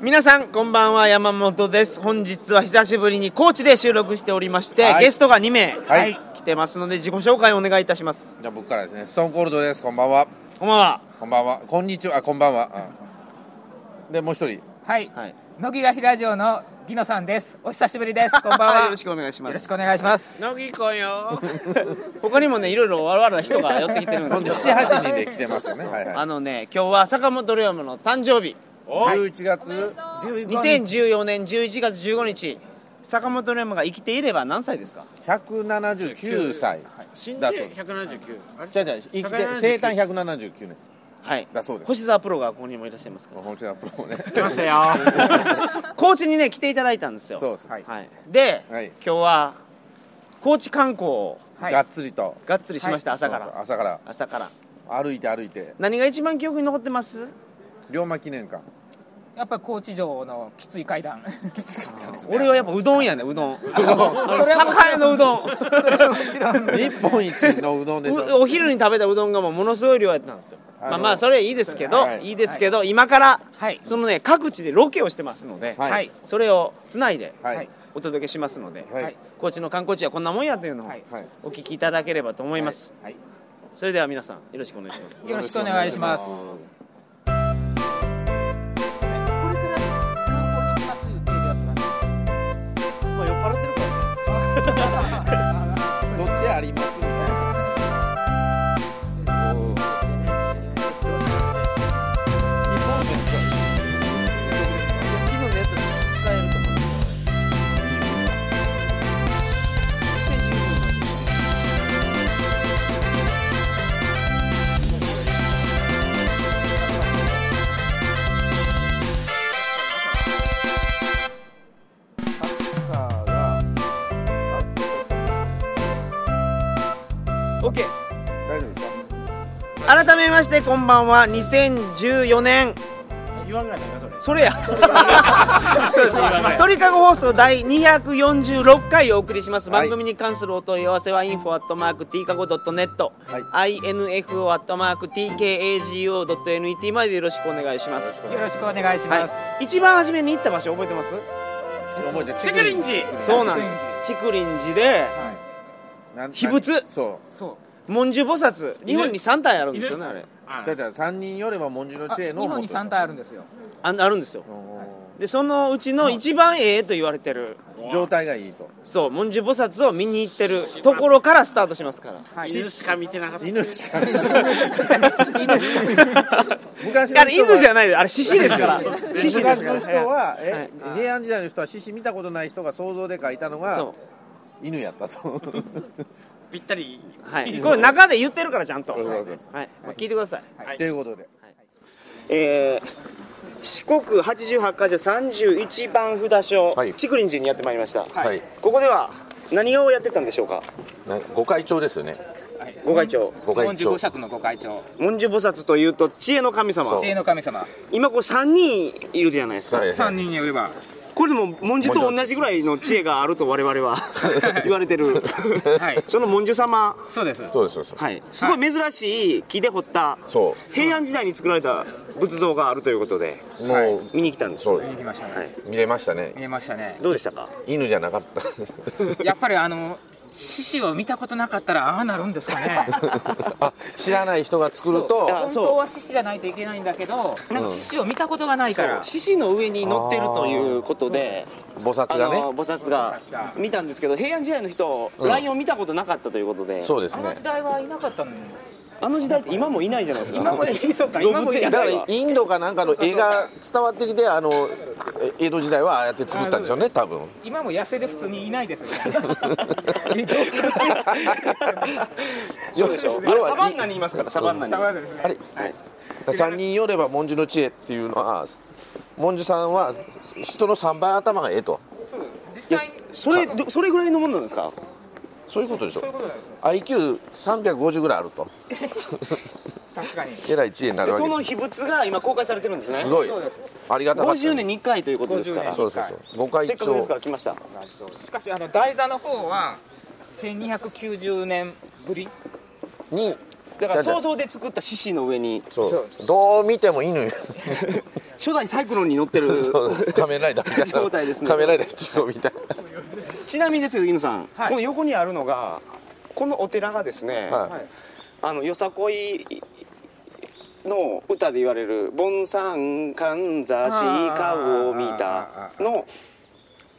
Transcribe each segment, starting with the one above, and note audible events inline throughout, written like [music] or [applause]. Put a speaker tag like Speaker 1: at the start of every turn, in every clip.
Speaker 1: 皆さんこんばんは山本です本日は久しぶりに高知で収録しておりまして、
Speaker 2: はい
Speaker 1: ゲストが2名、
Speaker 2: はい
Speaker 1: 来てますので自己紹介お願いいたします
Speaker 2: じゃあ僕からですね、ストーンコールドです。こんばんは。
Speaker 1: こんばんは
Speaker 2: こんばんは。こんにちは。あ、こんばんは。うんで、もう一人。
Speaker 3: はい、
Speaker 1: はい
Speaker 3: 野木らひラジオのギノさんです。お久しぶり [laughs] です。こんばんは。
Speaker 1: はいよろし
Speaker 3: よ
Speaker 1: くお願いしま
Speaker 3: ろし
Speaker 1: す
Speaker 3: くお願いします。
Speaker 2: のぎこよ。
Speaker 1: 他にもねいろいろわらわら人が寄ってきてるんです [laughs] けど
Speaker 2: 七八人で来てますよね。はい
Speaker 1: あ
Speaker 2: は
Speaker 1: のね今日は坂本龍馬の誕生日
Speaker 2: い。十一月。
Speaker 3: 15日
Speaker 1: 2014年11月15日坂本龍馬が生きていれば何歳ですか
Speaker 2: 百七十九歳。だそうです。
Speaker 4: 179あれ
Speaker 2: じゃじゃ、生きて、生誕百七十九年。
Speaker 1: はい
Speaker 2: だそうです
Speaker 1: 星沢プロがここにもいらっしゃいますから
Speaker 2: 本当だ、プロね。
Speaker 4: 来ましたよ
Speaker 1: [laughs] 高知にね来ていただいたんですよ
Speaker 2: [laughs] そうです。
Speaker 1: はい、で、
Speaker 2: はい
Speaker 1: 今日は高知観光を
Speaker 3: はい
Speaker 2: がっつりと。
Speaker 1: がっつりしました、朝か
Speaker 2: そう
Speaker 1: ら
Speaker 2: 朝から。
Speaker 1: 朝から
Speaker 2: 歩いて歩いて。
Speaker 1: 何が一番記憶に残ってます
Speaker 2: 龍馬記念館。
Speaker 3: やっぱり高知城のきつい階段。
Speaker 1: 俺はやっぱうどんやねうどんあの
Speaker 3: それはもち
Speaker 1: 栄のうどん
Speaker 3: それはもちろん。
Speaker 2: 日本一のうどんでし
Speaker 1: う
Speaker 2: ょ。
Speaker 1: お昼に食べたうどんがもうものすごい量やったんですよ
Speaker 2: あの
Speaker 1: まあまあそれはいいですけど、
Speaker 2: はい
Speaker 1: い、いですけど、今から、
Speaker 3: はい
Speaker 1: そのね各地でロケをしてますので、
Speaker 2: はい。
Speaker 1: それをつないで
Speaker 2: は
Speaker 3: はいい。
Speaker 1: お届けしますので、
Speaker 2: はい。
Speaker 1: 高知の観光地はこんなもんやというのを
Speaker 3: はい
Speaker 2: はい。
Speaker 1: お聞きいただければと思います、
Speaker 3: はいはい
Speaker 1: それでは皆さんよろしくお願いします
Speaker 3: [laughs] よろしくお願いします。これから観光に来ます予定でやってます。
Speaker 1: まあ酔っ払ってるから
Speaker 2: 乗ってありますみたいな。おー
Speaker 1: 昨日のやつ使えると思うんですよ
Speaker 2: サッカーが
Speaker 1: OK
Speaker 2: 大丈夫ですか
Speaker 1: 改めましてこんばんは2014年
Speaker 4: 言わんがいなそ
Speaker 1: そ
Speaker 4: れ
Speaker 1: れや [laughs] そうです鳥かご放送第246回をお送りします、
Speaker 2: はい
Speaker 1: 番組に関するお問い合わせは info.tkago.net、
Speaker 2: は
Speaker 1: info.tkago.net までよろしくお願いします
Speaker 3: [laughs] よろしくお願いします。
Speaker 1: はい、一番初めに行った場所覚えてます
Speaker 2: 覚えてる
Speaker 4: チクリンジ
Speaker 1: そうなんです竹林寺で
Speaker 2: なん
Speaker 1: 秘仏
Speaker 2: そ
Speaker 3: そう。
Speaker 1: 文殊菩薩日本に3体あるんですよねあれ
Speaker 4: あ
Speaker 2: うだから三人よれば文字の知恵の
Speaker 3: 日本に三体あるんですよ。
Speaker 1: ああるんですよ
Speaker 2: う
Speaker 1: でそのうちの一番ええと言われてる
Speaker 2: ん状態がいいと
Speaker 1: そう文殊菩薩を見に行ってるところからスタートします [laughs] から
Speaker 3: はい。
Speaker 4: 犬しか見てなかった
Speaker 2: 犬しか
Speaker 4: [laughs]
Speaker 3: 犬しか見てない。
Speaker 2: 昔
Speaker 1: あれ犬じ
Speaker 2: ゃ
Speaker 1: ゃないであれ獅子ですから獅子です
Speaker 2: 昔
Speaker 1: か
Speaker 2: の人
Speaker 1: ら
Speaker 2: はえ平安時代の人は獅子見たことない人が想像で描いたのが
Speaker 1: そ
Speaker 2: 犬やったと
Speaker 4: ぴったり
Speaker 1: うはいこれ中で言ってるからちゃんとはい
Speaker 2: そうそうそう
Speaker 1: まあ聞いてください
Speaker 2: ということで
Speaker 1: えー四国八十八箇所三十一番札所
Speaker 2: はい
Speaker 1: 竹林寺にやってまいりました
Speaker 2: はい
Speaker 1: ここでは何をやってたんでしょうか
Speaker 2: ご会長ですよね
Speaker 1: ご会長
Speaker 2: ご
Speaker 3: 45冊のご会長。
Speaker 1: 文殊菩薩というと知恵の神様
Speaker 3: 知恵の神様。
Speaker 1: 今こう3人いるじゃないですか、
Speaker 3: 三人によれば。
Speaker 1: これでも文殊と同じぐらいの知恵があると我々は言われてる、
Speaker 3: はい
Speaker 1: その文殊様、
Speaker 3: そうです。
Speaker 2: そうですそう
Speaker 1: はい、すごい珍しい木で掘った
Speaker 2: そ
Speaker 1: 平安時代に作られた仏像があるということで
Speaker 2: う
Speaker 3: はい
Speaker 2: も
Speaker 1: 見に来たんですよ、
Speaker 2: う
Speaker 3: 見えました
Speaker 1: は
Speaker 3: ね。
Speaker 1: い、
Speaker 2: 見れましたね
Speaker 3: 見えましたね。
Speaker 1: どうでしたか
Speaker 2: 犬じゃなかった
Speaker 3: やっぱりあの獅子を見たことなかったらああなるんです
Speaker 1: [laughs]
Speaker 3: かね。
Speaker 2: あ知らない人が作る
Speaker 1: い
Speaker 2: と
Speaker 1: や
Speaker 3: 本
Speaker 1: そう
Speaker 3: 当は獅子じゃないといけないんだけど、なんか獅子を見たことがないから。
Speaker 1: 獅子の上に乗ってるということで
Speaker 2: 菩薩が
Speaker 1: あ
Speaker 2: ね
Speaker 1: の菩薩が見たんですけど平安時代の人、
Speaker 2: うん
Speaker 1: ライオン見たことなかったということで
Speaker 2: そうです
Speaker 3: あの
Speaker 2: ね
Speaker 3: 時代はいなかったのに。
Speaker 1: あの時代って今もいないじゃないですか
Speaker 3: 今までそうか。
Speaker 1: 動
Speaker 3: 今ま
Speaker 1: 物
Speaker 3: で
Speaker 1: 園
Speaker 2: だからインドかなんかの絵が伝わってきてあのえ江戸時代はああやって作ったんでしょうね多分
Speaker 3: 今も野生で普通にいないですよ
Speaker 1: [laughs]
Speaker 3: ね。
Speaker 1: [laughs] そうでしょ
Speaker 2: 要は
Speaker 1: サバンナにいますからサバンナに
Speaker 3: そうですね
Speaker 2: あれ
Speaker 1: はい
Speaker 2: 三人よれば文殊の知恵っていうのは文殊さんは人の3倍頭がええと
Speaker 3: そう
Speaker 1: い
Speaker 3: 実
Speaker 1: や
Speaker 3: 際に
Speaker 1: それどそれぐらいのものなんですか
Speaker 2: そういうことでしょ
Speaker 3: そういうことなんですよ。
Speaker 2: IQ350 ぐらいあると
Speaker 3: 確かに。
Speaker 2: えらい知恵にな
Speaker 1: で
Speaker 2: るわ
Speaker 1: そ
Speaker 2: け
Speaker 1: の
Speaker 2: で
Speaker 1: 秘仏が今公開されてるんです
Speaker 2: す
Speaker 1: ね
Speaker 2: すごい
Speaker 3: そうです
Speaker 2: ありがたかった
Speaker 1: 50年に1回ということですから
Speaker 3: 50
Speaker 2: そうそうそうご会
Speaker 1: せっかくですか
Speaker 2: 長
Speaker 1: ら来ました
Speaker 3: しかしあの台座の方は1290年ぶり
Speaker 2: に
Speaker 1: だから想像で作った獅子の上に
Speaker 2: そうどう見ても犬
Speaker 1: 初代サイクロンに乗ってる
Speaker 2: そう [laughs] 仮面ライダーみたいな
Speaker 1: 正体ですね
Speaker 2: 仮面ライダー1号みたいな
Speaker 1: ちなみにですけど犬さん、
Speaker 4: はい
Speaker 1: この横にあるのがこのお寺がですね、
Speaker 2: はい
Speaker 1: あのよさこいの歌で言われる「盆山かんざし顔を見た」の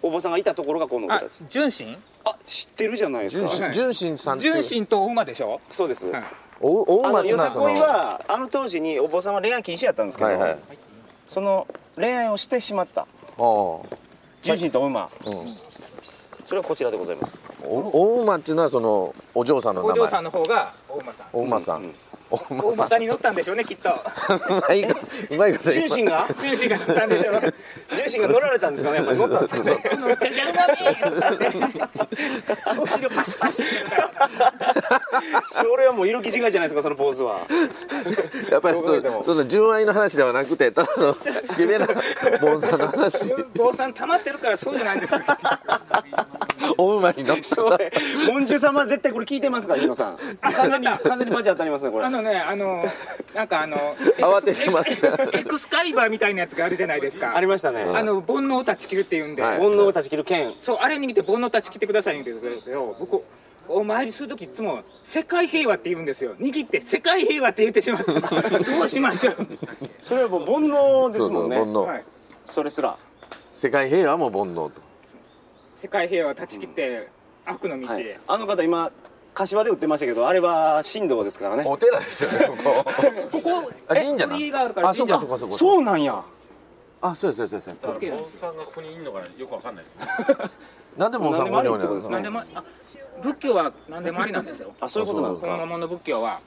Speaker 1: お坊さんがいたところがこのお
Speaker 3: あ
Speaker 1: 寺です、
Speaker 3: 純真
Speaker 1: あ知ってるじゃないです
Speaker 2: 純
Speaker 1: か
Speaker 2: 真純真さんっていう
Speaker 3: 純真と馬でしょ
Speaker 1: そうです、
Speaker 3: はい
Speaker 2: お大
Speaker 1: あの
Speaker 2: 町
Speaker 1: よさ
Speaker 2: な
Speaker 1: こい
Speaker 2: の
Speaker 1: はあの当時にお坊さんは恋愛禁止やったんですけど、
Speaker 2: はいはい
Speaker 1: その恋愛をしてしまった
Speaker 2: おー
Speaker 1: 純真と馬
Speaker 2: うん
Speaker 1: それはこちらでございます
Speaker 2: お大馬っていうのはそのお嬢さんの
Speaker 3: お
Speaker 2: 名
Speaker 3: 嬢さ
Speaker 2: 前
Speaker 3: んの方が大馬さん
Speaker 2: お馬さ
Speaker 1: うんうん
Speaker 2: お馬
Speaker 3: 大
Speaker 2: さ
Speaker 3: 馬
Speaker 2: ん
Speaker 3: さんに乗ったんでしょうねき
Speaker 1: [laughs]
Speaker 3: っと
Speaker 2: うまいことうまいこと言
Speaker 1: 純
Speaker 2: いま
Speaker 1: 真が
Speaker 2: す
Speaker 3: 純真が乗ったん
Speaker 1: [laughs]
Speaker 3: でしょう [laughs]
Speaker 1: 重心が乗られたんですか [laughs] ね、やっぱり乗ったんですかね。
Speaker 3: この手じゃ馬めー乗ったんでお尻をパシパシしてるから
Speaker 1: それはもう色気違いじゃないですか、そのポーズ [laughs] は。
Speaker 2: やっぱ
Speaker 1: ど
Speaker 2: り
Speaker 1: う考えて
Speaker 2: そ
Speaker 1: も
Speaker 2: その純愛の話ではなくてただのスケベな坊さんの話
Speaker 3: 坊さん溜まってるからそうじゃないんですよ
Speaker 2: お馬に乗った
Speaker 1: それ、モンジュ様絶対これ聞いてますから、ヒノさん。完全に、完全にバチ当たりますね、これ
Speaker 3: あ。のねあのなんかあの
Speaker 2: 慌ててますよ
Speaker 3: エクスカリバーみたいなやつがあるじゃないですか
Speaker 1: ありましたね。
Speaker 3: あの煩悩を断ち切るっていうんで、
Speaker 2: はい
Speaker 1: 煩悩を断ち切る剣。
Speaker 3: そうあれに見て煩悩断ち切ってくださいって言うんですけど僕お参りする時いつも「世界平和」って言うんですよ握って「世界平和」って言ってしまったどうしましょう
Speaker 1: それはもう煩悩ですもん
Speaker 2: そうそう煩
Speaker 1: ね。
Speaker 2: 悩、
Speaker 3: はい
Speaker 1: それすら。
Speaker 2: 世界平和も煩悩と
Speaker 3: 世界平和を断ち切って悪の道
Speaker 1: は
Speaker 3: へ、
Speaker 1: い。あの方、今、柏で売ってましたけど、あれは神道ですからね。
Speaker 2: お寺ですよねここ
Speaker 3: ここ
Speaker 2: あ
Speaker 3: え
Speaker 2: 神社な
Speaker 3: 鳥居があるから
Speaker 2: そう
Speaker 3: 神社
Speaker 2: かそうかそうか
Speaker 1: そうなんや。
Speaker 2: あそうですそうですそうです
Speaker 3: 関係ない
Speaker 4: 坊さんがここにいるのがよくわかんないですね
Speaker 2: なんで坊さんここにおるんです
Speaker 1: な
Speaker 3: 何でもあ仏教は何でもありなんですよ
Speaker 1: あ、そういうことなんです
Speaker 3: そのま
Speaker 1: か。
Speaker 3: まの仏教は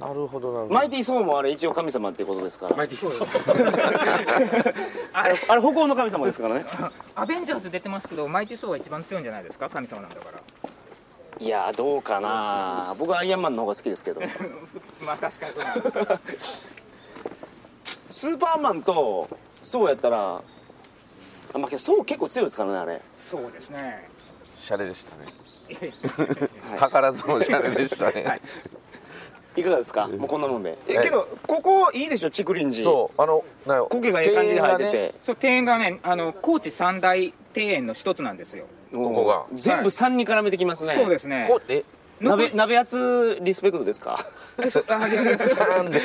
Speaker 2: なるほどなるほど
Speaker 1: マイティーソーもあれ一応神様っていうことですから。
Speaker 3: あ
Speaker 1: [laughs]
Speaker 3: れ
Speaker 1: あれ、歩行の神様ですからね。
Speaker 3: アベンジャーズ出てますけどマイティソーが一番強いんじゃないですか神様なんだから
Speaker 1: いやー、どうかな。僕はアイアンマンの方が好きですけど。
Speaker 3: まあ確かにそうなんです
Speaker 1: スーパーマンとそうやったらあまあけどそう結構強いですからねあれ
Speaker 3: そうですね
Speaker 2: シャレでしたね [laughs] 計らずもシャレでしたね、
Speaker 3: はい
Speaker 1: いかがですかもうこんなもんでえ
Speaker 2: はい
Speaker 1: けどここいいでしょ竹林寺
Speaker 2: そうあのなんや
Speaker 1: 苔がいい感じで生えてて、
Speaker 2: 庭園がね
Speaker 3: そう庭園がねあの高知三大庭園の一つなんですよ、
Speaker 1: こ
Speaker 2: こが
Speaker 1: 全部三に絡めてきますね、
Speaker 3: そうですね
Speaker 2: こえ
Speaker 1: 鍋鍋やつリスペクトですか
Speaker 3: えそあい [laughs] やいや
Speaker 2: さんで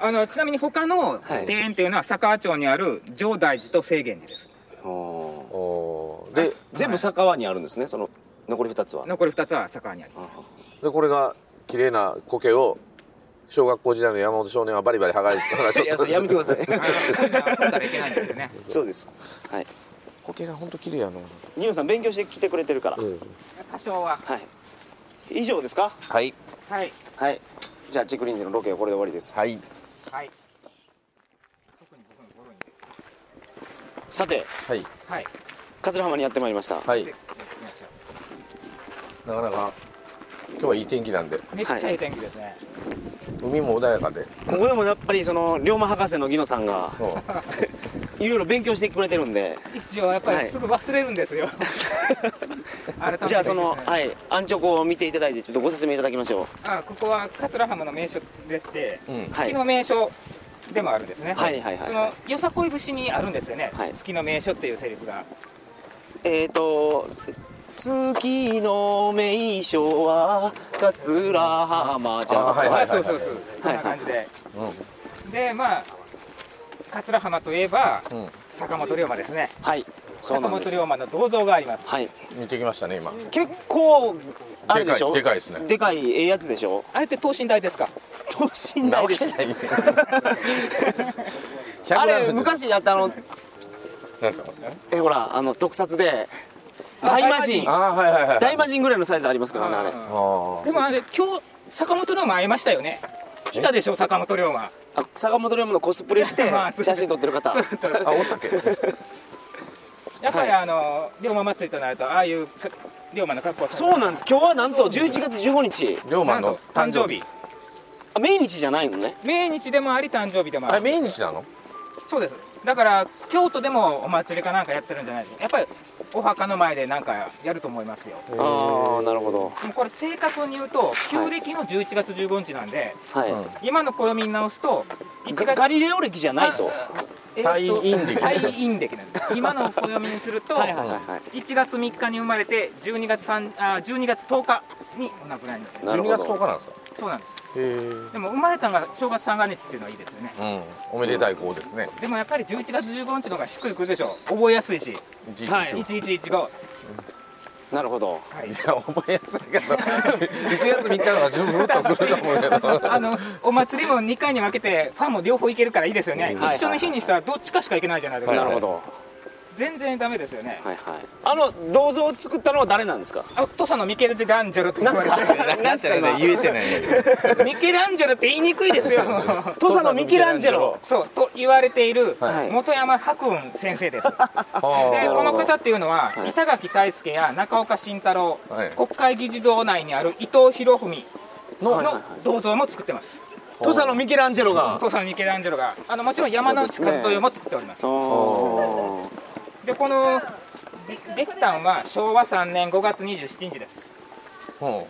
Speaker 3: あのちなみに他
Speaker 1: は
Speaker 3: の庭
Speaker 1: い
Speaker 3: 園っていうのは佐川町にある城大寺と清源寺です
Speaker 1: [laughs] おー
Speaker 2: [laughs] おーで
Speaker 1: 全部酒川にあるんですねその残り二つは
Speaker 3: 残り2つは佐川にあります
Speaker 2: でこれが綺麗な苔を小学校時代の山本少年はバリバリ剥がれ剥がし
Speaker 1: いやそれやめてください
Speaker 3: あの掘ったらいけないんですよね
Speaker 1: [laughs] そうですはい
Speaker 2: 苔が本当綺麗やな
Speaker 1: ニノさん勉強してきてくれてるから、
Speaker 3: [laughs] 多少は
Speaker 1: はい以上ですか
Speaker 2: はい
Speaker 3: はい
Speaker 1: はいじゃあ竹林寺のロケはこれで終わりです
Speaker 2: はい
Speaker 3: はい
Speaker 1: さて
Speaker 2: はい
Speaker 3: はい
Speaker 1: 桂浜にやってまいりました
Speaker 2: はいなかなか今日はいい天気なんで
Speaker 3: めっちゃいい天気ですね、
Speaker 2: 海も穏やかで
Speaker 1: ここでもやっぱりその龍馬博士のギノさん [laughs] が
Speaker 2: そう
Speaker 1: いろいろ勉強してくれてるんで
Speaker 3: 一応やっぱりすぐ忘れるんですよ、改めて
Speaker 1: じゃあその、
Speaker 3: ですね
Speaker 1: はい、アンチョコを見ていただいてちょっとご説明いただきましょ
Speaker 3: あここは桂浜の名所でして、
Speaker 2: うん
Speaker 1: はい
Speaker 3: 月の名所でもあるんですね、
Speaker 1: はいはいはい
Speaker 3: そのよさこい節にあるんですよね、
Speaker 1: はい
Speaker 3: 月の名所っていうセリフが
Speaker 1: うえっ、ー、と「月の名所は桂浜」じゃな
Speaker 2: あ
Speaker 1: かっ
Speaker 2: は
Speaker 1: た
Speaker 2: いはい
Speaker 3: そうそうそうそんな感じで、
Speaker 2: う
Speaker 3: でまあ桂浜といえば
Speaker 2: んうん
Speaker 3: 坂本龍馬ですね
Speaker 1: はいそう
Speaker 3: 坂
Speaker 1: なん
Speaker 3: 本
Speaker 1: です
Speaker 3: 龍馬の銅像があります
Speaker 1: はい
Speaker 2: 見てきましたね今
Speaker 1: 結構あれでしょ
Speaker 2: でかいでかいですね
Speaker 1: でかいええやつでしょ
Speaker 3: あれって等身大ですか
Speaker 1: 等身大です
Speaker 2: [laughs]
Speaker 1: [laughs] あれ昔やったあの
Speaker 2: ですか
Speaker 1: えほらあの特撮で大魔神
Speaker 2: ああはいはいはい
Speaker 1: 大魔神ぐらいのサイズありますからねあれ
Speaker 3: うん
Speaker 2: あ
Speaker 3: でもあれ今日坂本龍馬会いましたよねいたでしょ坂本龍馬
Speaker 1: あ坂本龍馬のコスプレして
Speaker 3: まあそう
Speaker 1: 写真撮ってる方
Speaker 2: ああおったっけ
Speaker 3: やっぱり
Speaker 1: は
Speaker 3: あの龍馬祭りとなるとああいうか龍馬の格好をされ
Speaker 1: そうなんです今日はなんと11月15日
Speaker 2: 龍馬の
Speaker 3: なんと誕生日
Speaker 1: あ命日じゃないのね
Speaker 3: 命日でもあり誕生日でもあ
Speaker 2: あ
Speaker 3: り
Speaker 2: 命日なの
Speaker 3: そうですだから京都でもお祭りかなんかやってるんじゃないですかやっぱりお墓の前でなんかやると思いますよ
Speaker 1: ああなるほど
Speaker 3: でもこれ正確に言うと旧暦の11月15日なんで、
Speaker 1: はい、
Speaker 3: 今の暦に直すと1
Speaker 1: ガガリレオ歴じゃないと
Speaker 3: えーと
Speaker 2: 退院歴
Speaker 3: 退院歴なんです今の暦にすると
Speaker 1: はいはいはいはい
Speaker 3: 1月3日に生まれて12月 ,3 あ12月10日にお亡くなりになる
Speaker 1: なるほ
Speaker 2: 12月
Speaker 1: ど
Speaker 2: 10日なんですか
Speaker 3: そうなんです
Speaker 2: へ
Speaker 3: でも生まれたのが正月三が日っていうのはいいですよね
Speaker 2: えうんおめでたい子ですね
Speaker 3: でもやっぱり11月15日の方がしっくりくるでしょ覚えやすいし
Speaker 2: 一日
Speaker 1: はい
Speaker 2: 中
Speaker 3: 1115は
Speaker 1: なるほど
Speaker 2: い
Speaker 3: い
Speaker 2: や覚えやすいけど [laughs] 1月3日の方が十分ムッとくると思うけど
Speaker 3: あのお祭りも2回に分けてファンも両方行けるからいいですよね、
Speaker 1: はい
Speaker 3: 一緒の日にしたらどっちかしか行けないじゃないですか、
Speaker 1: なるほど
Speaker 3: 全然ダメですよね、
Speaker 1: はいはいあの銅像を作ったのは誰なんですか
Speaker 3: あお父さんのミケル・ディランジェロって言わ [laughs] れて
Speaker 1: なんすか
Speaker 2: なんてね言えてないんだけど
Speaker 3: ミケランジェロって言いにくいですよ
Speaker 1: 土佐のミケランジェロ
Speaker 3: そうと言われている
Speaker 1: はい
Speaker 3: 本山白雲先生です、
Speaker 2: は
Speaker 3: で
Speaker 1: なるほ
Speaker 3: こ
Speaker 1: ど
Speaker 3: の方っていうのは、
Speaker 1: はい
Speaker 3: 板垣大輔や中岡慎太郎、
Speaker 2: はい
Speaker 3: 国会議事堂内にある伊藤博文
Speaker 1: はいはい
Speaker 3: の
Speaker 1: は
Speaker 3: 銅像も作ってます、
Speaker 1: 土佐のミケランジェロ
Speaker 3: お
Speaker 1: が
Speaker 3: 父さんのミケランジェロがあのもちろん山之内和豊も作っております
Speaker 1: おお
Speaker 3: でこのでできたんは昭和3年5月27日です
Speaker 2: あうん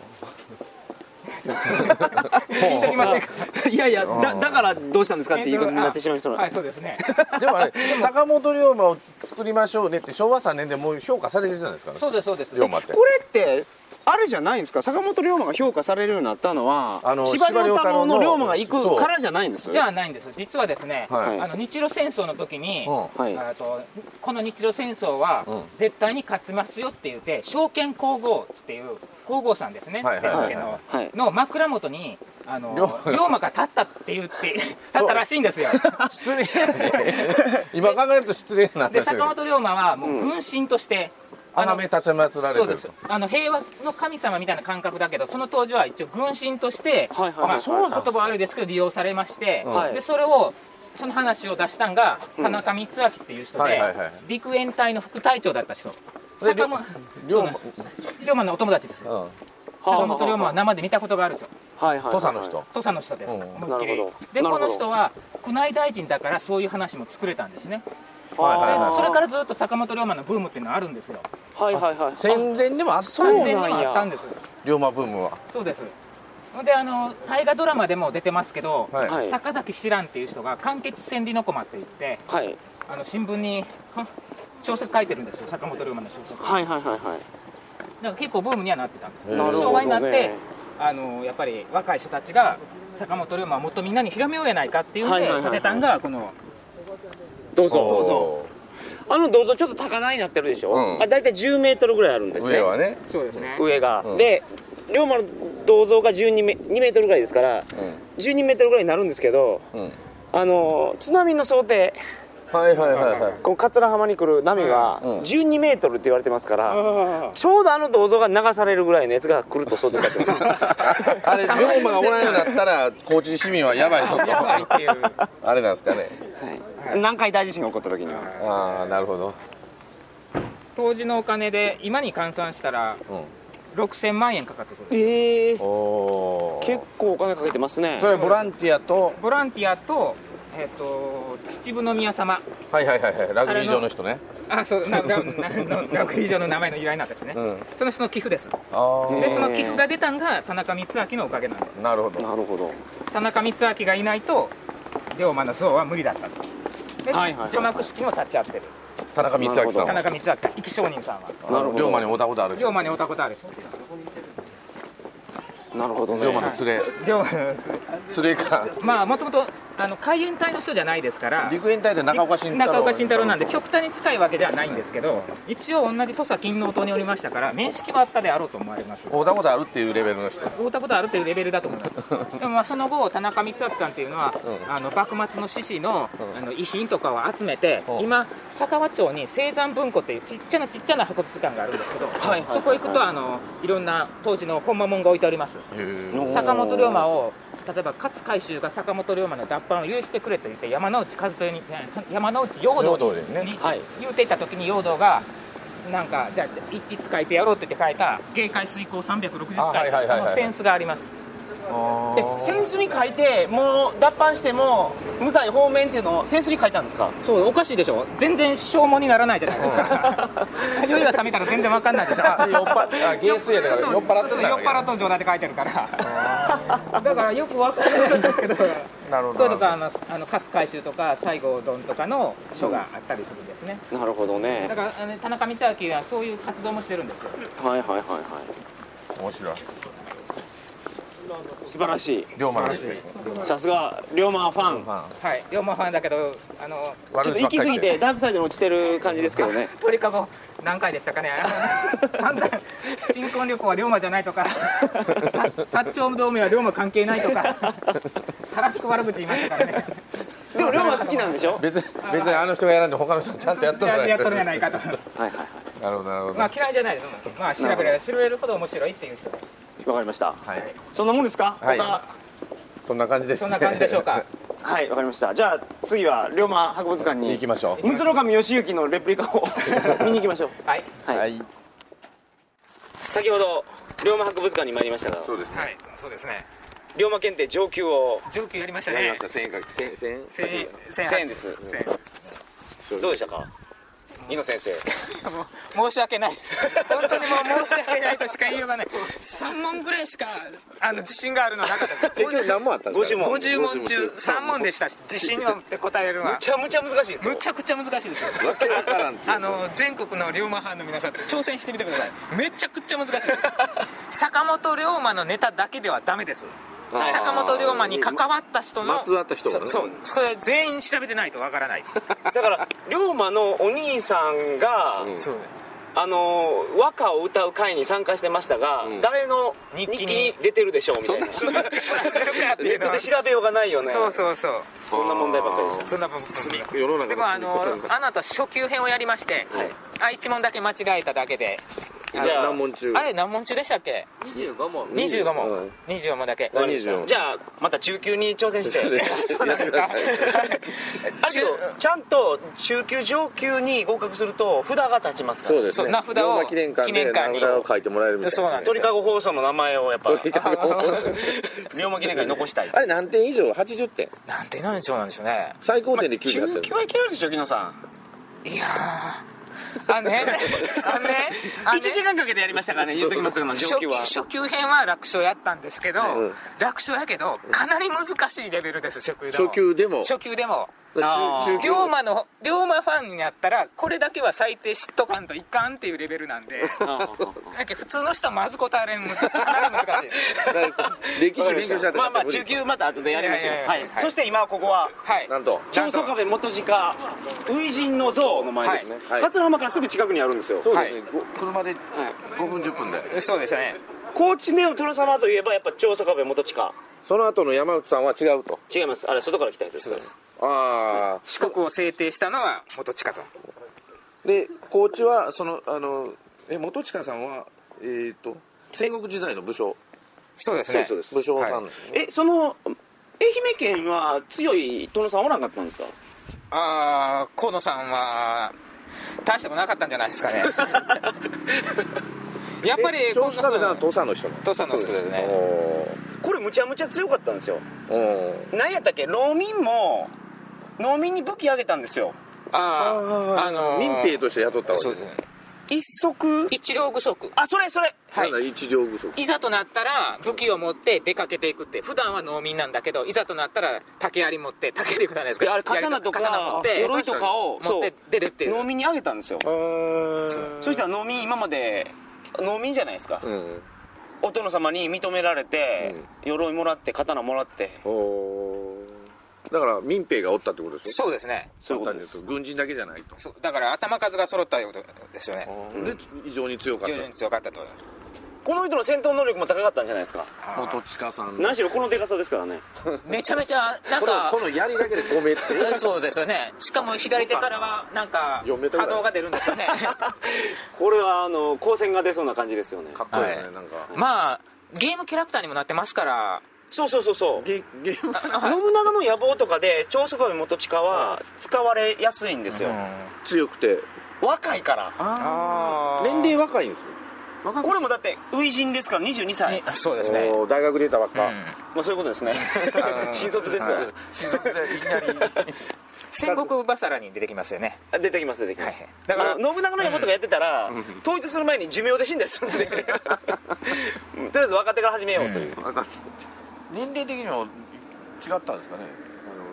Speaker 3: 言っときませんか
Speaker 1: ーいやいやだだからどうしたんですかって言い方になってしまいそうな
Speaker 3: はいそうです
Speaker 1: [laughs]
Speaker 3: ね
Speaker 2: でもあれ坂本龍馬を作りましょうねって昭和3年でもう評価されてたんですかね
Speaker 3: そうですそうです
Speaker 2: 龍馬って
Speaker 1: これってあれじゃないんですか坂本龍馬が評価されるようになったのは
Speaker 2: あの
Speaker 1: 司馬遼太郎の龍馬が行
Speaker 2: そ
Speaker 1: く
Speaker 2: う
Speaker 1: からじゃないんです
Speaker 3: じゃあないんです実はですね、
Speaker 2: はい
Speaker 3: あの日露戦争の時に、
Speaker 2: う
Speaker 1: はい
Speaker 3: あとこの日露戦争は
Speaker 2: うん
Speaker 3: 絶対に勝ちますよって言って証券皇后っていう皇后さんですね
Speaker 2: はいはいはい
Speaker 3: 天皇家
Speaker 1: はい
Speaker 3: のの枕元にあの
Speaker 2: 龍馬
Speaker 3: 龍馬が立ったって言って立ったらしい
Speaker 2: [laughs]
Speaker 3: んですよ
Speaker 2: ん失礼やね今考えると失礼な
Speaker 3: で
Speaker 2: 話だけ
Speaker 3: 坂
Speaker 2: ど
Speaker 3: 本龍馬はもう軍神として、あ
Speaker 2: あ
Speaker 3: の
Speaker 2: がめ立てまつられ
Speaker 3: そ
Speaker 2: て
Speaker 3: う
Speaker 2: る
Speaker 3: ですあの平和の神様みたいな感覚だけどその当時は一応軍神として、
Speaker 1: はいはいはい
Speaker 3: まあ
Speaker 1: そうなんだ
Speaker 3: 言葉悪いですけど利用されまして、
Speaker 1: はい
Speaker 3: でそれをその話を出したんが田中光明っていう人で、
Speaker 2: はいはいはい
Speaker 3: 陸援隊の副隊長だった人
Speaker 2: で
Speaker 3: 坂本
Speaker 2: 龍
Speaker 3: そう
Speaker 2: 馬
Speaker 3: なんです龍馬のお友達です
Speaker 2: うん
Speaker 3: 坂本龍馬は
Speaker 1: は
Speaker 3: 生で見たことがあるんですよ
Speaker 1: あはいはいはい
Speaker 2: 土佐の人
Speaker 3: 土佐の人です、
Speaker 2: うん
Speaker 3: 思いっきり
Speaker 1: なるほど
Speaker 3: で
Speaker 1: なる
Speaker 3: こ
Speaker 1: ほど
Speaker 3: の人は宮内大臣だからそういう話も作れたんですね
Speaker 2: はいはいはい
Speaker 3: それからずっと坂本龍馬のブームっていうのはあるんですよ
Speaker 1: はいはいはい
Speaker 2: 戦前でもあった
Speaker 1: そうなん
Speaker 2: ん
Speaker 1: や
Speaker 2: や
Speaker 3: 完全にはあったんです
Speaker 2: 龍馬ブームは
Speaker 3: そうですほんであの大河ドラマでも出てますけど、
Speaker 1: い
Speaker 2: はい
Speaker 3: 坂崎志蘭っていう人が「完結千里の駒」って言って
Speaker 1: あはい
Speaker 3: あの新聞には小説書いてるんですよ坂本龍馬の小説
Speaker 1: はいはいはいはい
Speaker 3: なんか結構ブームにはなってたんですよ
Speaker 2: なるほどね
Speaker 3: 昭和になってあのやっぱり若い人たちが坂本龍馬をもっとみんなに広めようやないかっていうん
Speaker 1: はい
Speaker 3: で
Speaker 1: はいはいはい
Speaker 3: 立てたんがこの
Speaker 1: どうぞ
Speaker 2: お
Speaker 1: あの銅像ちょっと高台になってるでしょ、
Speaker 2: うん
Speaker 1: あれ大体10メートルぐらいあるんで
Speaker 2: ー
Speaker 1: すね
Speaker 2: 上はね
Speaker 3: そうですね
Speaker 1: 上が、
Speaker 2: うん
Speaker 1: で龍馬の銅像が12メ ,2 メートルぐらいですから12メートルぐらいになるんですけど
Speaker 2: うんうん
Speaker 1: あの津波の想定
Speaker 2: はいはいはいはい
Speaker 1: こう桂浜に来る波が
Speaker 2: うん
Speaker 1: 12メートルって言われてますから、ちょうどあの銅像が流されるぐらいのやつが来ると想定され [laughs] てます
Speaker 2: [laughs] あれ龍馬がおらんようになったら高知市民はやばいぞ
Speaker 3: やばいっていう
Speaker 2: とあれなんですかね
Speaker 1: 南海大地震が起こった時には
Speaker 2: ああなるほど
Speaker 3: 当時のお金で今に換算したら
Speaker 2: う
Speaker 3: 6000万円かかってそうです
Speaker 1: ええ
Speaker 2: んおお
Speaker 1: 結構お金かけてますね
Speaker 2: それボランティアと
Speaker 3: ボランティアと,、えっと秩父宮様
Speaker 2: はいはいはいはいラグビー場の人ね
Speaker 3: あそうなななの学位上の名前の由来なんですね、
Speaker 2: うん
Speaker 3: その人の寄付ですで
Speaker 2: あ
Speaker 1: へ
Speaker 2: あ
Speaker 1: ー
Speaker 3: その寄付が出たんが田中光明のおかげなんです
Speaker 2: なるほど
Speaker 1: なるほど
Speaker 3: 田中光明がいないと龍馬の像は無理だったとで、
Speaker 1: はいはいはい
Speaker 3: 除幕式も立ち会ってる
Speaker 2: 田中光明さんは
Speaker 3: 田中光明生き証人さんは
Speaker 2: あの龍馬におたことある
Speaker 3: 龍
Speaker 2: 人
Speaker 3: 馬におたことある人
Speaker 1: なるほどね
Speaker 2: 龍馬の連れ
Speaker 3: 龍馬の
Speaker 2: [laughs] 連れか
Speaker 3: まあもともとあの海援隊の人じゃないですから
Speaker 2: 陸援隊で中岡慎太郎
Speaker 3: 中岡慎太郎なんで極端に近いわけではないんですけど一応同じ土佐勤王党におりましたから面識はあったであろうと思われます
Speaker 2: おたことあるっていうレベルの人
Speaker 3: 会ったことあるというレベルだと思います。でもまあその後田中光明さんっていうのは、
Speaker 2: うん
Speaker 3: あの幕末の志士の,、
Speaker 2: うん
Speaker 3: あの遺品とかを集めて、
Speaker 2: うん
Speaker 3: 今佐川町に青山文庫っていうちっちゃなちっちゃな博物館があるんですけど、
Speaker 1: はいはい
Speaker 3: そこ行くとあのいろんな当時の本間門が置いております。
Speaker 2: へー
Speaker 1: おー
Speaker 3: 坂本龍馬を例えば勝海舟が坂本龍馬の脱藩を許してくれと言って山之内和豊に山之内陽
Speaker 2: 陽
Speaker 3: 道
Speaker 2: 道
Speaker 3: に
Speaker 2: でね
Speaker 3: に
Speaker 1: はい
Speaker 3: 言うていた時に陽道がなんかじゃあ一筆書いてやろうって言って書いた「芸会遂行360
Speaker 2: あは
Speaker 3: 回」
Speaker 2: いはいはいはい
Speaker 3: このセンスがあります
Speaker 1: で扇子に書いてもう脱藩しても無罪方面っていうのを扇子に書いたんですか
Speaker 3: そうおかしいでしょ全然消耗にならないじゃないです [laughs] か夜が冷めたら全然わかんないでしょ [laughs]
Speaker 2: あ酔っ払あ芸水やだから酔っ払ってた
Speaker 3: そ
Speaker 2: わ
Speaker 3: う
Speaker 2: け
Speaker 3: 酔っ払った状態で書いてる [laughs] からだからよくわかんないんですけど
Speaker 2: なるほど
Speaker 3: それとかあのあの勝海舟とか西郷どんとかの書があったりするんですね
Speaker 1: なるほどね
Speaker 3: だからあの田中光明はそういう活動もしてるんですよ
Speaker 1: はいはいはいはい
Speaker 2: 面白い
Speaker 1: 素晴らしい
Speaker 2: 龍馬なんですよ
Speaker 1: さすが龍馬ファン
Speaker 2: ま
Speaker 3: はい龍馬ファンだけどあの
Speaker 2: あ
Speaker 1: ちょっと行き過ぎてダークサイドに落ちてる感じですけどね
Speaker 3: 鳥かご何回でしたかね [laughs] あの散々新婚旅行は龍馬じゃないとかさ薩長同盟は龍馬関係ないとか正しく悪口言いましたからね
Speaker 1: でも龍馬好きなんでしょ
Speaker 2: 別に別にあの人がやらんで他の人ちゃんとやっとる
Speaker 3: やっとるんじ
Speaker 2: な
Speaker 3: ゃないいかと
Speaker 1: はいはいは
Speaker 2: なるほどなるほど
Speaker 3: まあ嫌いじゃないですまあ調べれば調べるほど面白いっていう人
Speaker 1: いわかりました
Speaker 2: はい
Speaker 1: そんなもんですか
Speaker 2: はい
Speaker 1: 他
Speaker 2: そんな感じです
Speaker 3: そんな感じでしょうか
Speaker 1: はいわかりましたじゃあ次は龍馬博物館に
Speaker 2: [laughs] 行きましょ
Speaker 1: ムツロカミヨシユキのレプリカ
Speaker 2: [laughs]
Speaker 1: を見に行きましょう
Speaker 3: はい、
Speaker 2: う
Speaker 1: はい
Speaker 2: はい
Speaker 1: 先ほど龍馬博物館に参りましたが
Speaker 2: そうですね
Speaker 3: はい、そうですね
Speaker 1: 龍馬検定上級を
Speaker 3: 上級やりました
Speaker 2: やりま
Speaker 3: ね
Speaker 2: した1000円か1000 1000
Speaker 3: 千円
Speaker 1: 1000円です
Speaker 3: 千円
Speaker 1: どうでしたか井野先生
Speaker 3: 申し訳ないです本当にもう申し訳ないとしか言いようがない3問ぐらいしかあの自信があるのなかった
Speaker 2: 結局何問あったんです
Speaker 1: 50
Speaker 2: か
Speaker 1: 問
Speaker 3: 50問中3問でしたし自信に持って答えるのは
Speaker 1: むちゃむちゃ難しいですよ
Speaker 3: むちゃくちゃ難しいですよ
Speaker 2: わけわからんっていう
Speaker 3: あの全国の龍馬班の皆さん挑戦してみてくださいめちゃくちゃ難しいです坂本龍馬のネタだけではダメです
Speaker 1: ー
Speaker 3: 坂本龍馬に関わった人の
Speaker 2: まつわった人がね
Speaker 3: そうそうそれ全員調べてないとわか
Speaker 2: [laughs]
Speaker 3: らない
Speaker 1: だから龍馬のお兄さんが、
Speaker 2: うん
Speaker 3: そう
Speaker 1: あの和歌を歌う会に参加してましたが、
Speaker 2: ん
Speaker 1: 誰の
Speaker 3: 日
Speaker 1: 日
Speaker 3: 記に
Speaker 1: 記に出てるでしょうみたいな
Speaker 2: そんな
Speaker 3: 知るかって
Speaker 1: ネ
Speaker 3: い
Speaker 1: ッ
Speaker 3: う
Speaker 1: ト
Speaker 3: のは
Speaker 1: で [laughs] 調べようがないよね
Speaker 3: そうそうそう
Speaker 1: そんな問題ばっかりでした
Speaker 3: そんな部分
Speaker 2: 世の中
Speaker 3: でもあの
Speaker 1: [laughs]
Speaker 2: 隅っこ
Speaker 3: あなた初級編をやりまして、
Speaker 1: はい
Speaker 3: あ一問だけ間違えただけで
Speaker 1: じゃ
Speaker 2: じゃあ
Speaker 1: あ
Speaker 2: 何問中
Speaker 3: あれ何問中でしたっけ
Speaker 1: 25問
Speaker 3: 25問、
Speaker 2: うん
Speaker 3: 25問だけ
Speaker 2: 何24
Speaker 1: じゃあまた中級に挑戦して
Speaker 2: そうなんですか
Speaker 1: あるけどちゃんと中級上級に合格すると札が立ちますから
Speaker 2: そうですね
Speaker 3: そう名札を
Speaker 2: 龍馬記念館
Speaker 3: 記
Speaker 2: で
Speaker 3: 念
Speaker 2: 名
Speaker 3: 館に
Speaker 2: 札を書いてもらえるみたいな
Speaker 3: そうなんです
Speaker 1: 鳥かご放送の名前をやっぱ
Speaker 2: 鳥かご
Speaker 1: [laughs] 龍馬記念会に残した
Speaker 2: [laughs]
Speaker 1: い
Speaker 2: あれ何点以上80点
Speaker 3: なんて何兆なんでしょうね
Speaker 2: 最高点で90点だ
Speaker 1: 中級
Speaker 2: ったよね
Speaker 1: はいけるでしょ木野さん
Speaker 3: いやーあのねあのねあのね
Speaker 1: 1時間かけてやりましたからね言うときますけど上
Speaker 3: 初
Speaker 1: 級
Speaker 3: 級
Speaker 1: は
Speaker 3: 初級編は楽勝やったんですけど、
Speaker 2: うん
Speaker 3: 楽勝やけどかなり難しいレベルです初級でも
Speaker 2: 初級でも
Speaker 3: 初級でも
Speaker 1: あー
Speaker 2: 中
Speaker 3: 龍
Speaker 2: 級
Speaker 3: 馬の龍馬ファンになったらこれだけは最低知っとかんといかんっていうレベルなんでだけど普通の人はまず答えられんむずかなり難しい
Speaker 2: なんか歴史勉強した
Speaker 1: まあまあ中級また後でやりましょう
Speaker 3: いやいや
Speaker 1: はい
Speaker 3: や
Speaker 1: い
Speaker 3: はい
Speaker 1: そして今ここは
Speaker 3: はい
Speaker 2: なんと
Speaker 1: 上層壁元鹿初陣の像の前ですね
Speaker 2: はいはい
Speaker 1: 桂浜からすぐ近くにあるんですよ
Speaker 2: そうですねご車で
Speaker 1: はい
Speaker 2: 5分10分で
Speaker 3: そうでしたね
Speaker 1: 高知ネオ殿様といえばやっぱ上層壁元近
Speaker 2: その後の山内さんは違うと
Speaker 1: 違いますあれ外から来たやつです
Speaker 2: あ
Speaker 3: 四国を制定したのは元親と
Speaker 2: あで高知はそのあのえ元近さんはえっ、と戦国時代の武将
Speaker 3: そうです
Speaker 2: 武将さん、
Speaker 3: はい
Speaker 1: えその愛媛県は強い殿さんおらんかったんですか
Speaker 3: ああ河野さんは大したことなかったんじゃないですかねやっぱり
Speaker 2: え長州壁さんは
Speaker 3: と
Speaker 2: 土佐の人なの
Speaker 3: 土佐の人ですね
Speaker 1: これむちゃむちゃ強かったんですよ
Speaker 2: おー
Speaker 1: 何やったっけ農民も農民に武器あげたんですよ
Speaker 3: あああ
Speaker 2: お
Speaker 3: の
Speaker 2: ー民兵として雇ったわけ
Speaker 3: そう
Speaker 2: で
Speaker 3: ですすね
Speaker 1: 一足
Speaker 3: 一両具足
Speaker 1: あそれそれ
Speaker 3: はい
Speaker 2: ただ一両不足
Speaker 3: いざとなったら武器を持って出かけていくって普段は農民なんだけどいざとなったら竹槍持って竹槍じゃないです
Speaker 1: で
Speaker 3: か
Speaker 1: あれ刀と
Speaker 3: 槍刀持
Speaker 1: か
Speaker 3: って
Speaker 1: 鎧とかを
Speaker 3: 持って出るってい
Speaker 1: 農
Speaker 3: う
Speaker 1: 民にあげたんですよそしたら農民今まで農民じゃないですか、
Speaker 2: うん
Speaker 1: お殿様に認められて、鎧もらって刀もらって
Speaker 2: おーだから民兵がおったってことでしょ
Speaker 3: そうですね
Speaker 1: そういうことで
Speaker 2: 簡単に言
Speaker 1: す
Speaker 2: う軍人だけじゃないと
Speaker 3: そうだから頭数が揃ったようですよね
Speaker 2: で異常に強かっ
Speaker 3: 徐々に強かったと
Speaker 1: この人の戦闘能力も高かったんじゃないですか
Speaker 2: た元近さんの
Speaker 1: 何しろこのデカさですからね
Speaker 3: めちゃめちゃなん
Speaker 2: この
Speaker 3: か
Speaker 2: この槍だけで5名って
Speaker 3: [laughs] そうですよねしかも左手からはなんか
Speaker 2: 4メートルぐら
Speaker 3: 波
Speaker 2: い
Speaker 3: 動が出るんですよね
Speaker 2: [laughs]
Speaker 1: これはあの光線が出そうな感じですよね
Speaker 2: かっこいいよね、
Speaker 3: はい
Speaker 2: なんか
Speaker 3: まあゲームキャラクターにもなってますから
Speaker 1: そうそうそうそう
Speaker 2: ゲゲーム
Speaker 1: 信長の野望とかで長宗我部元親は使われやすいんですよ、
Speaker 2: 強くて
Speaker 1: 若いから
Speaker 3: あ
Speaker 2: 年齢若いんですよ
Speaker 1: 若く
Speaker 5: これもだって初陣ですから22歳
Speaker 3: そうですね
Speaker 2: おー大学出たばっか、
Speaker 5: まあそういうことですね
Speaker 1: [laughs]
Speaker 5: 新卒ですわ
Speaker 2: 新卒でいきなり
Speaker 3: 戦国バサラに出てきますよね
Speaker 5: 出てきます出てきます、
Speaker 3: はいだから
Speaker 5: あの信長の野望とかやってたら、統一する前に寿命で死んだりす [laughs] るんでとりあえず若手から始めようという、
Speaker 2: なんか年齢的にも違ったんですかね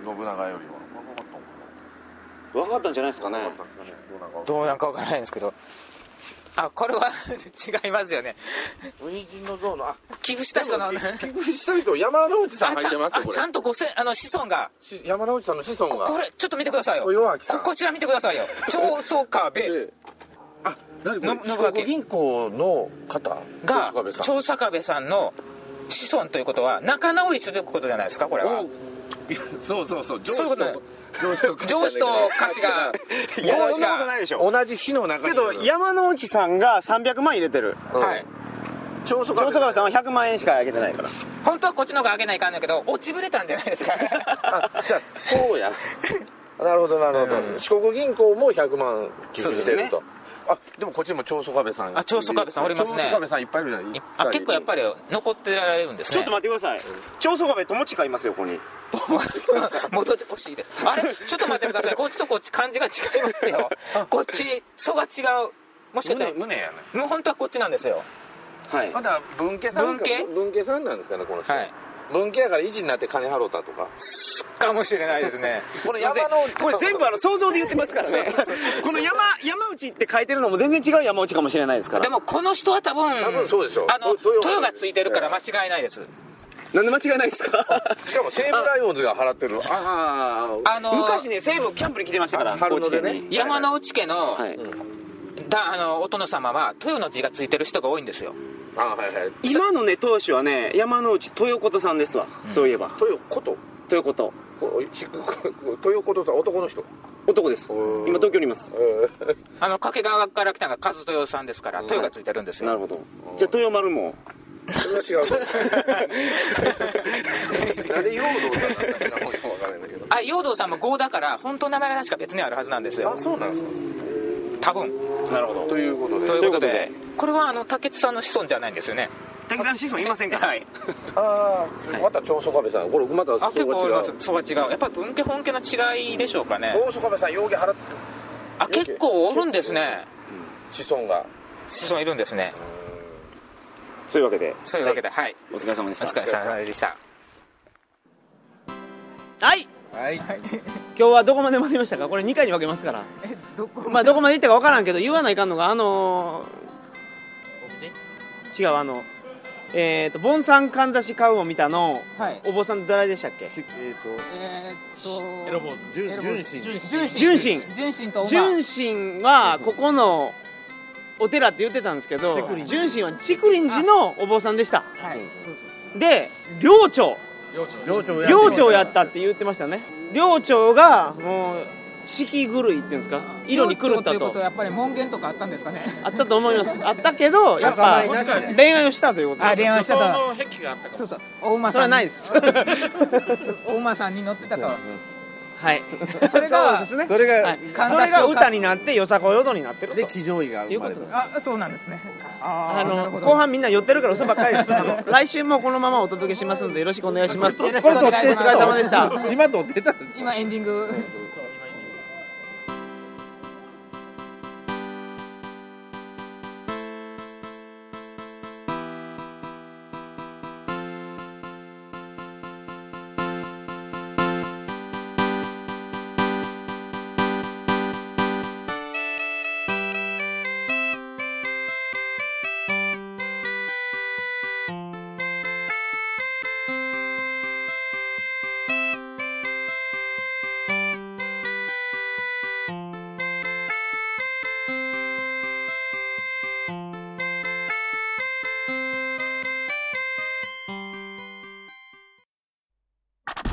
Speaker 2: あの信長よりは若かったの
Speaker 5: 分
Speaker 2: か
Speaker 5: かったんじゃないですかね
Speaker 2: ななんかねどうなんか
Speaker 3: どうなんかわからないんですけどあこれは [laughs] 違いますよね
Speaker 2: 初陣の像のあ
Speaker 3: 寄付した人の
Speaker 2: 寄付した人山之内さん
Speaker 3: あ
Speaker 2: 入
Speaker 3: ち
Speaker 2: っ
Speaker 3: ゃ
Speaker 2: て
Speaker 3: ん
Speaker 2: ます
Speaker 3: あ
Speaker 2: よこ
Speaker 3: ちゃんとごせあの子孫が
Speaker 2: れし山之内さんの子孫が
Speaker 3: これちょっと見てくださいよ
Speaker 2: お岩脇さん
Speaker 3: ここちら見てくださいよ長宗我部
Speaker 2: であ何こ
Speaker 3: の
Speaker 2: れ
Speaker 3: 信
Speaker 2: 四
Speaker 3: 長
Speaker 2: 国銀行の方
Speaker 3: が
Speaker 2: 長さん
Speaker 3: 長宗我部さんの子孫ということは仲直りすることじゃないですかこれは
Speaker 2: おそうそうそう上
Speaker 3: そうい
Speaker 2: 司
Speaker 3: うこと
Speaker 2: と
Speaker 3: だ
Speaker 2: 上司と
Speaker 3: 上司と歌
Speaker 2: [laughs]
Speaker 3: 詞が
Speaker 5: いや
Speaker 3: 合
Speaker 5: そ
Speaker 3: 詞
Speaker 5: んなこと
Speaker 3: が
Speaker 5: ないでしょ
Speaker 2: 同じ火の中に
Speaker 5: けど山之内さんが300万入れてる
Speaker 3: はい
Speaker 2: 長宗
Speaker 5: 上
Speaker 2: 我
Speaker 5: 曽
Speaker 2: 部
Speaker 5: 我さんは100万円しかあげてないから
Speaker 3: 本当はこっちの方が上げないかんだけど落ちぶれたんじゃないですか
Speaker 2: あじゃあこうや [laughs] なるほどなるほど、四国銀行も100万寄付してるとあでもこっちにも長宗我部さん
Speaker 3: あ長宗我部さんおりますね
Speaker 2: 長宗我部さんいっぱいいるじゃない
Speaker 3: あ結構やっぱり残ってられるんです
Speaker 5: ちょ
Speaker 3: ね
Speaker 5: っ
Speaker 3: [laughs]
Speaker 5: と待ってください長宗我部友近いますよここに
Speaker 3: 戻ってほしいですあれちょっと待ってくださいこっちとこっち漢字が違いますよこっち「そ」が違うもしかしたら
Speaker 2: 胸胸やね
Speaker 3: もう本当はこっちなんですよ
Speaker 5: はい
Speaker 2: まだ文家さんか
Speaker 3: 文家
Speaker 2: 文家さんなんですかねこの人、
Speaker 3: はい
Speaker 2: 文家やから維持になって金払うたとか
Speaker 3: かもしれないですね
Speaker 2: この山の
Speaker 5: これ全部あの想像で言ってますからね [laughs] この山山内って書いてるのも全然違う山内かもしれないですから
Speaker 3: でもこの人は多分
Speaker 2: 多分そうでしょ
Speaker 3: あの
Speaker 2: 豊
Speaker 3: 豊がついてるから間違いないです
Speaker 5: なんで間違いないです [laughs] か
Speaker 2: しかも西武ライオンズが払ってるああ
Speaker 3: あの
Speaker 5: 昔ね西武キャンプに来てましたから
Speaker 2: 春野
Speaker 5: 高知
Speaker 2: でね
Speaker 5: 県に
Speaker 3: 山之内家の,、
Speaker 5: はい
Speaker 3: だあのお殿様は豊の字がついてる人が多いんですよ
Speaker 2: あはいはい
Speaker 5: 今のね当主はね山之内豊琴さんですわ、そういえば
Speaker 2: ということ
Speaker 5: 豊琴
Speaker 2: こひくということさ男の人
Speaker 5: 男です
Speaker 2: おー
Speaker 5: 今東京にいます
Speaker 3: あの掛川から来たのが和豊さんですから豊がついてるんです
Speaker 5: な
Speaker 3: よ
Speaker 5: るほどじゃあ豊丸も
Speaker 2: [laughs] それは違うなんで陽動だったのかもよくわからないんだけど
Speaker 3: あ陽道さんも豪だから本当の名前が確か別にあるはずなんですよ
Speaker 2: あそうなんですか
Speaker 3: 多分
Speaker 5: なるほど
Speaker 2: ということで
Speaker 3: ということ
Speaker 5: とい
Speaker 3: で
Speaker 5: う
Speaker 3: これはあの竹津さんの子孫じゃないんですよね
Speaker 5: 滝沢子孫いませんかはい
Speaker 2: ああまた長宗我部さんこれまた
Speaker 3: あ結
Speaker 2: 相場
Speaker 3: 構
Speaker 2: 違う
Speaker 3: ありますそうは違うやっぱり文家本家の違いでしょうかね
Speaker 2: 長宗我部さん容疑払って
Speaker 3: あ結構おるんですね
Speaker 2: 子孫が
Speaker 3: 子孫いるんですね
Speaker 5: そういうわけで
Speaker 3: そういうわけではい
Speaker 5: お疲れ様でし
Speaker 3: お疲れ様でした
Speaker 1: はい今
Speaker 2: はい
Speaker 1: 日はどこまで回りましたかこれ2回に分けますから
Speaker 6: えどこ
Speaker 1: まあどこまで行ったか分からんけど言わないかんのがあのー違うあのえっ、ー、と「盆栽かんざし買うを見た」の
Speaker 6: はい
Speaker 1: お坊さん誰でしたっけ
Speaker 2: えーと
Speaker 6: えー、っと
Speaker 2: 純
Speaker 6: エロ坊
Speaker 2: 純
Speaker 6: 主純
Speaker 2: 心
Speaker 6: 心
Speaker 1: 純心
Speaker 6: 純心とおま
Speaker 1: 純心はここのお寺って言ってたんですけど純心は竹林寺のお坊さんでした
Speaker 6: はいそうそう
Speaker 1: で寮長
Speaker 2: 寮長や
Speaker 1: 寮長やったって言ってましたね寮長がもう四季狂いっていうんですか色に狂っ
Speaker 6: 寮長
Speaker 1: た
Speaker 6: いうこと
Speaker 1: と
Speaker 6: はやっぱり門限とかあったんですかね
Speaker 1: あったと思いますあったけどやっぱ
Speaker 2: 仲間いなしで
Speaker 1: 恋愛をしたということです
Speaker 6: あ恋愛したと
Speaker 7: の壁があったか
Speaker 6: そうそうお馬さん
Speaker 1: それはないです
Speaker 6: [laughs] お馬さんに乗ってたと
Speaker 1: はい
Speaker 6: それが
Speaker 1: うですね
Speaker 2: それが
Speaker 1: はいそれが歌になってよさこよどになってる
Speaker 2: で
Speaker 1: と
Speaker 2: 騎乗位が生まれた
Speaker 6: あそうなんですねあー
Speaker 1: あ
Speaker 6: な
Speaker 1: の
Speaker 6: るほど
Speaker 1: 後半みんな寄ってるから嘘ばっかりですあの
Speaker 6: [laughs]
Speaker 1: 来週もこのままお届けしますのでよろしくお願いします
Speaker 6: よろしくお願いします
Speaker 1: お疲れ様でした
Speaker 2: 今撮ってたんです
Speaker 6: 今エンディング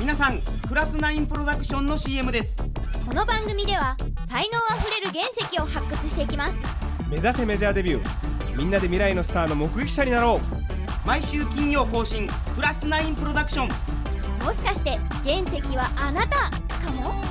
Speaker 1: 皆さんクラスナインプロダクションの CM です
Speaker 8: この番組では才能あふれる原石を発掘していきます
Speaker 9: 目指せメジャーデビューみんなで未来のスターの目撃者になろう
Speaker 1: 毎週金曜更新クラスナインプロダクション
Speaker 8: もしかして原石はあなたかも